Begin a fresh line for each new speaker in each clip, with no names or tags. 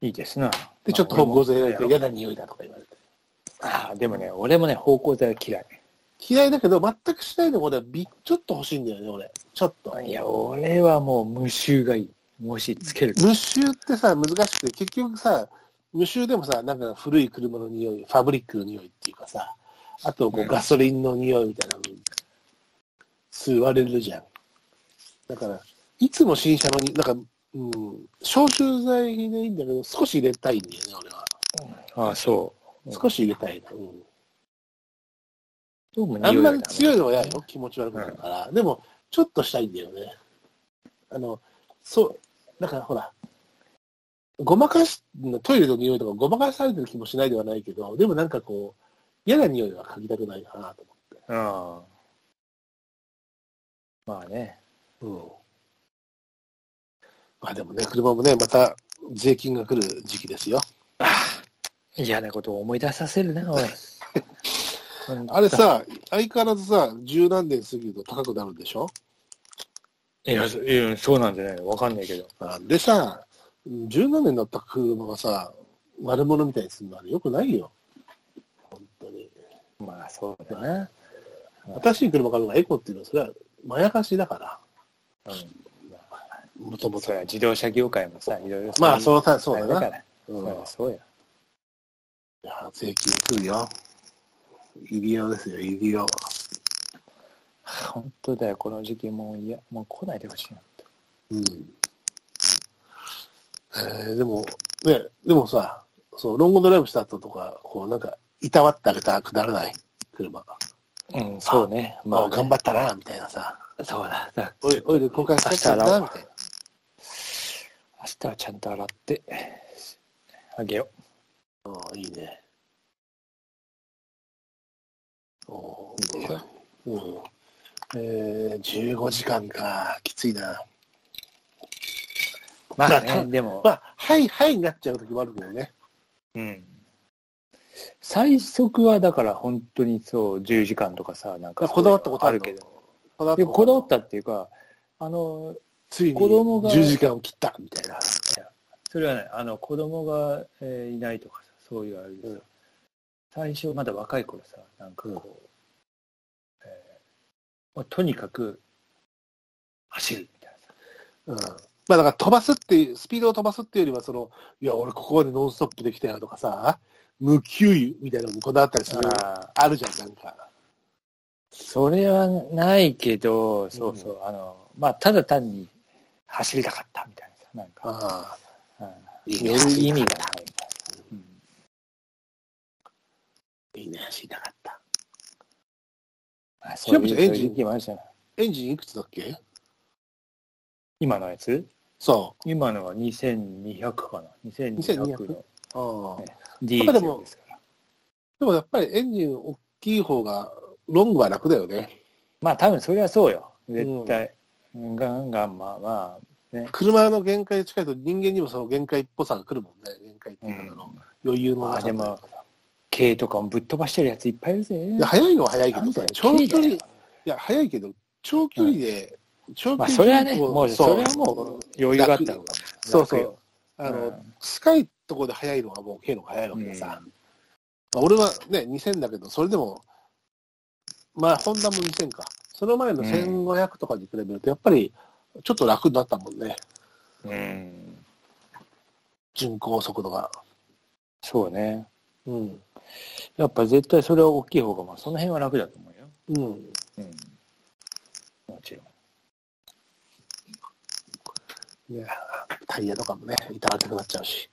いいですな。
で、ちょっと方向剤がいて嫌な匂いだとか言われて。
ああ、でもね、俺もね、芳香剤は嫌い。
嫌いだけど、全くしないでも俺、びちょっと欲しいんだよね、俺。ちょっと。
いや、俺はもう無臭がいい。もしつけると。
無臭ってさ、難しくて、結局さ、無臭でもさ、なんか古い車の匂い、ファブリックの匂いっていうかさ、あとこ
う
うんガソリンの匂いみたいなの、吸われるじゃん。だから、いつも新車のに、なんか、うん、消臭剤でいいんだけど、少し入れたいんだよね、俺は。
ああ、そう。うん
少し入れたいな。うん
どうも
あん
匂い
ま
が
り強いのは嫌よ、気持ち悪くなるから。でも、ちょっとしたいんだよね。あの、そう、だからほら、ごまかし、トイレの匂いとかごまかされてる気もしないではないけど、でもなんかこう、嫌な匂いは嗅ぎたくないかなと
うん。まあね。
思って。うん。まあでもね、車もね、また税金が来る時期ですよ。
嫌なことを思い出させるな、おい。本当
あれ、さ、相変わらずさ、十何年過ぎると高くなるんでしょ
いや、そいやそうなんじゃないのわかんないけど。
あでさ、十何年になった車がさ、悪者みたいにするのはよくないよ。本当に。
まあ、そうだな。
新しい車買うのがエコっていうのは、それはまやかしだから。
うん。
もともと
そ。りゃ自動車業界もさ、いろいろ
まあ、そううさ、そ
そう
だ
うだか
な。
ら。
う
そ
ん
りゃそうや。
いや税金来るよ。入り用ですよ、入り用。
本当だよ、この時期もう、いや、もう来ないでほしいな。
うん。えーでも、ね、でもさ、そう、ロングドライブした後とか、こう、なんか、いたわってあげたくならない車が。
うん、そうね。ま
ま
あ、
あ、頑張ったな、みたいなさ。
っそうだ。だ
オイル、オイル交換したんだ、みたいな。
明日はちゃんと洗って、あげよ
うんいいね。お
う。
ーうん。えー、15時間か。きついな。
まあ
まあ
ね、でも
ま、あ、はいはいになっちゃう時もあるけどね。
うん。最速はだから本当にそう、10時間とかさ、なんかそういう
こだわったことあ
あ
る
る
け
け
ど
ど。。
こだわ
いやこだわったっていうか、あの、
ついに
子供が
10時間を切った、みたいな。
それはね、あの、子供が、えーいないとかさ、そういうあれでさ、
うん
最初まだ若い頃さ、なんかこう、えーまあとにかく、走るみたいなさ。
うん。まあだから飛ばすっていう、スピードを飛ばすっていうよりは、その、いや、俺ここまでノンストップできたよとかさ、無給油みたいなのにこだわったりする。
あー
あるじゃん、なんか。
それはないけど、そうそう、あの、まあ、ただ単に走りたかったみたいなさ、なんか、
ああ。
う
いい
ん、
ね
より意味がないみたいな。うん
いいね、走りたかった。
まあ、そういう
ち
そ
な
う
みに
いう時期もあるじゃない
エンジンいくつだっけ
今のやつ
そ
今のは2200かな。2200の
う。うん。
D
やっぱでも
ですから。
でもやっぱりエンジン大きい方が、ロングは楽だよね。
まあ、多分それはそうよ。絶対。ガンガン、まあま
車の限界近いと人間にもその限界っぽさが来るもんね。限界って
あ、う
いうか、あ
ん
の、余裕の
まあ
なさ
でも、軽とかもぶっ飛ばしてるやついっぱいいるぜ。
いや早いのは早いけ
なん
ど
だ
さ
よ、
長距離、
軽
い
だよ
や、早いけど、長距離で、長距
まあ、
離
それはね、
こう
もう、それはもう余裕があった方が。
そうそ
楽
う
よ。
あの、
うん
近いところで早いのはもう、軽の方が早いわけでさ。
う
まあ俺はね、2000だけど、それでも、まあ、ホンダも2000か。その前の1500とかに比べると、やっぱり、ちょっと楽になったもんね。
うん。
巡航速度が。
そうね。
うん。
やっぱ絶対それは大きい方が、まあ、その辺は楽だと思うよ。
うん。
うん。もちろん。
いや、タイヤとかもね、痛わけくなっちゃうし。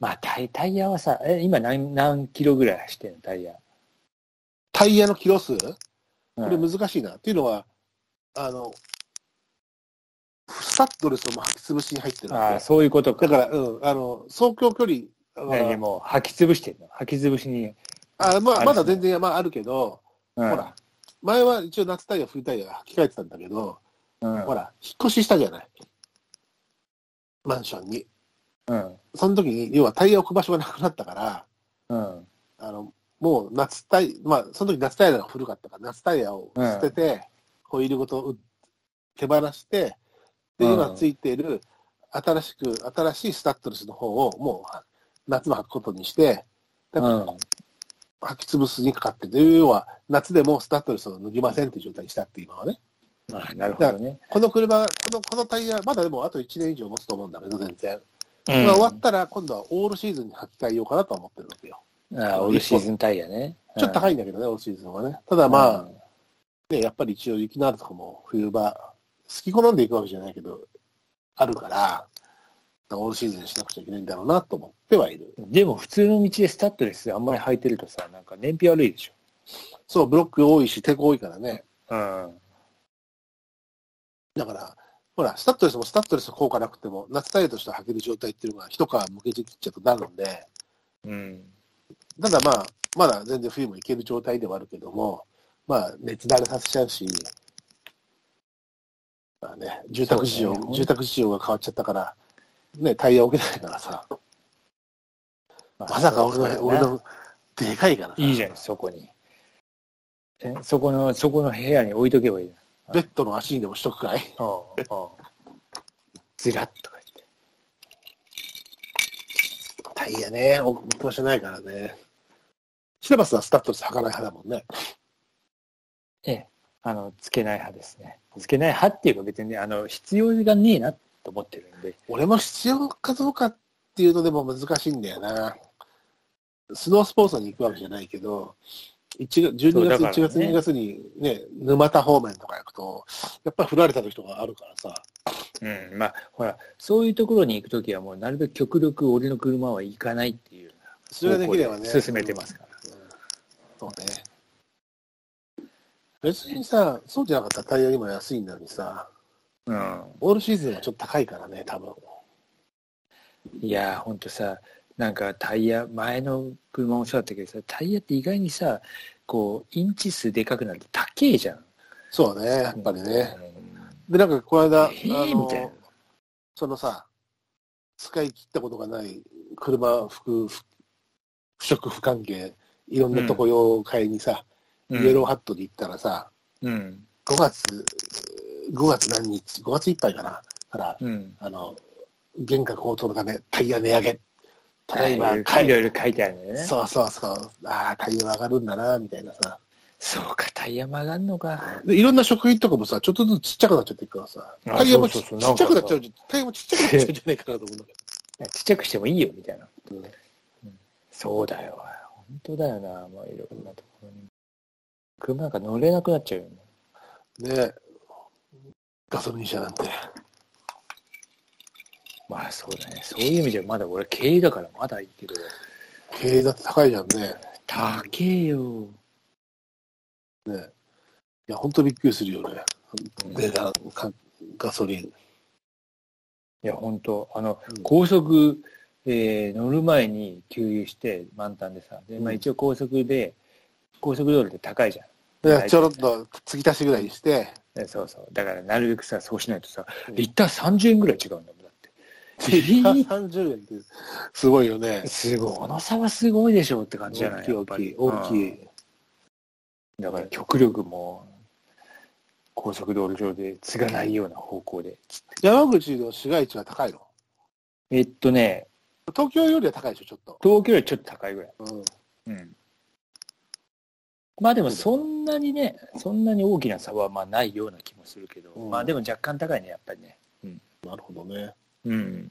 まあ、タイタイヤはさ、え、今何、何キロぐらい走ってんの、タイヤ。
タイヤのキロ数こ
うん
れ難しいな。っていうのは、あの、ふさっとですと、履き潰しに入ってる
あ
ん
あ、
です
そういうことか。
よ。だから、うん、あの、走行距離
ね
は、
もう、履き潰してんの。履き潰しに。
あま
あ
あ、
れ
まだ全然、まあ、あるけど、
うん、
ほら、前は一応夏タイヤ、冬タイヤ履き替えてたんだけど、
うん、
ほら、引っ越ししたじゃない。マンションに。
うん。
その時に、要はタイヤ置く場所がなくなったから、
うん。
あの、もう夏タイ、まあ、その時夏タイヤが古かったから、夏タイヤを捨てて、ホイールごとう手放して、で、
うん
今ついている、新しく、新しいスタッドレスの方をもう夏も履くことにして、だから
うん
履き潰すにかかってる、要は夏でもスタッドレスを脱ぎませんっていう状態にしたって今はね。
あなるほどね。
この車、この、このタイヤ、まだでもあと1年以上持つと思うんだけど、全然。
うん
まあ終わったら今度はオールシーズンに履き替えようかなとは思ってるわけよ。
あオールシーズンタイヤね。
ちょっと
い。
高いんだけどね、オールシーズンはね。ただまあ、ね、やっぱり一応雪のあるとこも冬場、好き好んでいくわけじゃないけど、あるから、オールシーズンにしなくちゃいけないんだろうなと思ってはいる。
うんでも普通の道でスタッドレスあんまり履いてるとさ、なんか燃費悪いでしょ。
そう、ブロック多いし、抵抗多いからね。
うん。
だから、ほら、スタッドレスもスタッドレスの効果なくても、夏タイヤとして履ける状態っていうのが一皮むけてきちゃうとなるんで、
うん。
ただまあ、まだ全然冬もいける状態ではあるけども、まあ、熱慣れさせちゃうし、まあね、住宅事情、
そうね
住宅事情が変わっちゃったから、ね、タイヤ置けないからさ、
ま
まさか俺の、俺。の、でかいからさ
いいじゃん、そこに。えそこの、そこの部屋に置いとけばいいじ
ベッドの足にでもしとくかい
ゃん。うん。ずらっとか言って。
タイヤね、置く場所ないからね。シラバスはスタッドレス履かない派だもんね。
ええ。あの、つけない派ですね。つけない派っていうか別に、あの、必要がねえなと思ってるんで。
俺も必要かどうかっていうのでも難しいんだよな。スノースポーツに行くわけじゃないけど、1月
そう
12
だ
月、
からね
1月、2月にね、沼田方面とか行くと、やっぱり振られた時とかあるからさ、
うん、まあ、ほら、そういうところに行くときはもうなるべく極力俺の車は行かないっていうような
それができれば
方
ね。
向で進めてますから。
そうね。別にさ、そうじゃなかったらタイヤ今安いのにさ、
う
オールシーズンはちょっと高いからね、多分。
ん、いやーほんとさなんかタイヤ前の車もそうだったけどさタイヤって意外にさこうインチ数でかくなると高えじゃん
そうね、やっぱりね。
う
で、なんかこの
ん
間、あ
ええみたいな
の、そのさ、使い切ったことがない車、服、不織布関係、いろんなとこ用を買いにさ、
うん
イエローハットで行ったらさ、
うん
5月、5月何日、5月いっぱいかな。から、
うん
あの、原価高騰のため、タイヤ値上げ。ただいま、
はい
買
い
い。
ろいろ書いてあるんだよねそう
そうそうそう。ああ、タイヤ上がるんだな、みたいなさ。
かタイヤ曲がんのか
で、いろんな食品とかもさ、ちょっとずつちっちゃくなっちゃってるからさ。
あ
タイヤもち
そう
ち
そうそう
っ
なん
ち
か
ゃくなっちゃうじゃん。タイヤもちっちゃくなっちゃうんじゃないかなと思うんだけ
ちっちゃくしてもいいよみたいな
ど。
そうだよ本当だよなもういろんなところに車なんか乗れなくなっちゃうよね
ねガソリン車なんて。
まあそうだねそういう意味ではまだ俺経営だからまだいいけど
経営だって高いじゃんね。
高えよ
ねいや、ほんとびっくりするよね。
うん
値段、かガソリン。
いや、本当あの、
うん
高速、えー乗る前に給油して、満タンでさ、で、まあ
うん
一応高速で、高速道路って高いじゃん
ねちょろっと継ぎ足しぐらいにして、。
でそうそう。だから、なるべくさ、そうしないとさ、
うん
リッター30円ぐらい違うんだもん、だって。 えー
30円ってすごいよね。
すごい。この差はすごいでしょうって感じじゃな
大
い
きい
やっ
大
ぱ
きい
り。
大き
うん
い。
だから、極力もう、高速道路上で継がないような方向で。
山口の市街地は高いの
えっとね、
東京よりは高いでしょ、ちょっと。
東京よりちょっと高いぐらい。
うん。
うんまあでもそんなにね、そんなに大きな差はまあないような気もするけど、
うん
まあでも若干高いね、やっぱりね。
なるほどね。
うん。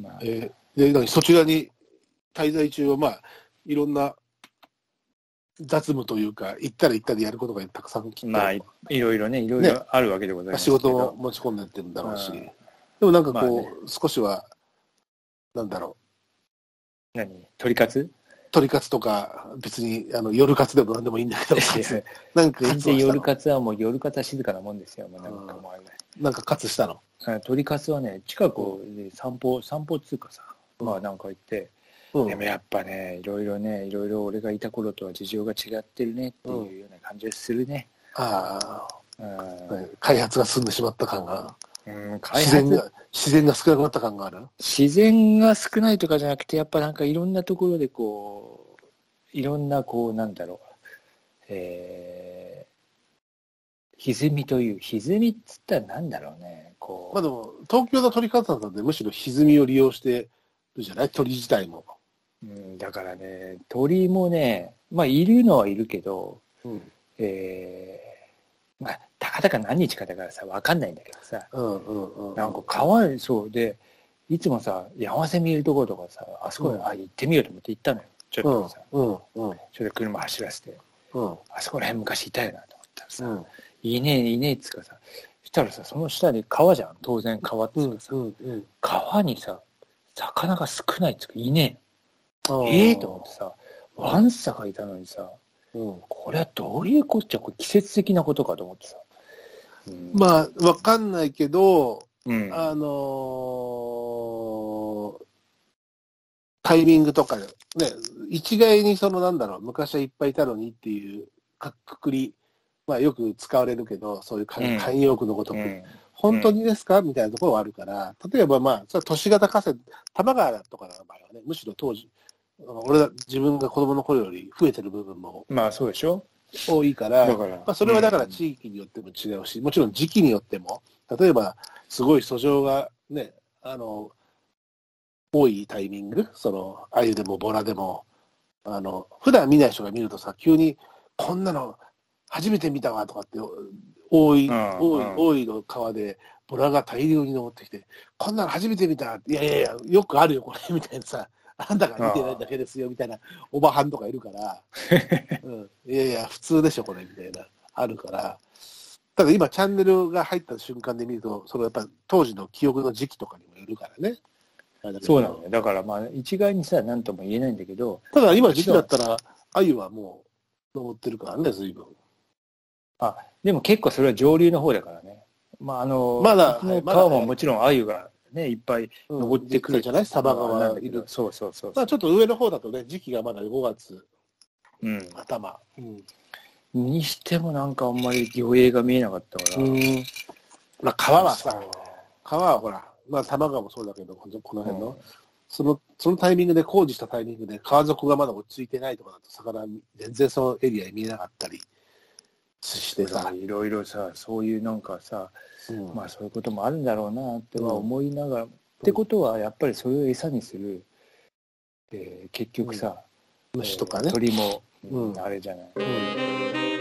まあ、
えーで、何そちらに滞在中は、まあ、いろんな雑務というか、行ったら行ったでやることがたくさんきっと
まあいいろいろね、いろいろあるわけでございます
仕
けど。
事も持ち込んでってるんだろうし、
うん
でもなんかこう、
まあね
少しは、なんだろ
何鳥かつ
う、鳥活とか、別にあの夜活でもなんでもいいんだ けど、なんか
完
活
全
はした
夜
の
かつはもう夜かつは静かなもんですよ。もうなんかもうあれだ
なんか活したの。
あ鳥かつはね、近くを散歩、散歩っつうかさ、まあなんか行って、
うん
でもやっぱねいろいろねいろいろ俺がいた頃とは事情が違ってるねっていうような感じがするね、
あ
うん
あ、はい開発が進んでしまった感が、
うん開
自然
発
が、自然が少なくなった感がある。
自然が少ないとかじゃなくてやっぱなんかいろんなところでこういろんなこうなんだろう、えー歪みという歪みっつったらなんだろうねこう、
まあでも、東京の取り方なんてむしろ歪みを利用してるじゃない鳥自体も。
うん、だからね鳥もねまあいるのはいるけど
うん。
えーまあたかだか何日かだからさわかんないんだけどさ
うんうんうん。
なんか川にそうでいつもさ山セミいるところとかさあそこに、
うん
あ行ってみようと思って行ったのよちょっ
う
と
ん
さ、
うんうん
それで車走らせて
うん
あそこら辺昔いたよなと思ったらさ、
うん。
いねえいねえっつうかさそしたらさその下に川じゃん当然川っつ
う
うか
ん
さ、
うんうん。
川にさ魚が少ないっつうかいねえのえ
え
えと思ってさワンサがいたのにさ
うん、
これはどういうこっちゃこれ季節的なことかと思ってさ、うん
まあ、わかんないけど、
うん
あのータイミングとか、ね、一概にそのなんだろう、昔はいっぱいいたのにっていうかくくり、まあよく使われるけど、そういう
うん
慣慣用句のごと
う
く、
ん
本当にですかみたいなところはあるから、例えばまあ、それは都市型河川、多摩川とかの場合はね、むしろ当時、俺ら自分が子供の頃より増えてる部分も
まあそうでしょ
多いから、
だから
まあ、それはだから
うん
地域によっても違うし、もちろん時期によっても、例えば、すごい訴状がね、あの、多いタイミング、その、アユでもボラでも、あの、普段見ない人が見るとさ、急に、こんなの初めて見たわとかって、多い、
うん
多
う
い
ん、
多いの川で、ボラが大量に登ってきて、こんなの初めて見たいやいやいや、よくあるよ、これ、 みたいなさ、あんたが見てないだけですよ、みたいな、おばはんとかいる から、うん、いやいや、普通でしょ、これ、みたいな、あるから、ただ今、チャンネルが入った瞬間で見ると、そのやっぱ当時の記憶の時期とかにもよるからね。
そうなのよだからまあ一概にさ何とも言えないんだけど
ただ今、時期だったら、アユはもう、登ってるからね、随分。
あでも結構それは上流の方だからねまああの
まだ
この
はいまだ
川ももちろん鮎がねいっぱい
うん
登ってくる
じゃないサバ川
なんだけ
い
ど
る。
そうそうそう
まあ、ちょっと上の方だとね、時期がまだ5月
うん
頭。うん。
にしてもなんかあんまり魚影が見えなかったから、
まあ、川はさ、川はほら、まあ、多摩川もそうだけど、このこの辺の、
うん
その、そのタイミングで工事したタイミングで、川底がまだ落ち着いてないとかだと、魚、全然そのエリアに見えなかったりしてさ、
いろいろさそういうなんかさ
うん
まあそういうこともあるんだろうなっては思いながら、ってことはやっぱりそれを餌にする、えー結局さ、
虫とかね。
鳥も、
うん
うんあれじゃない
うん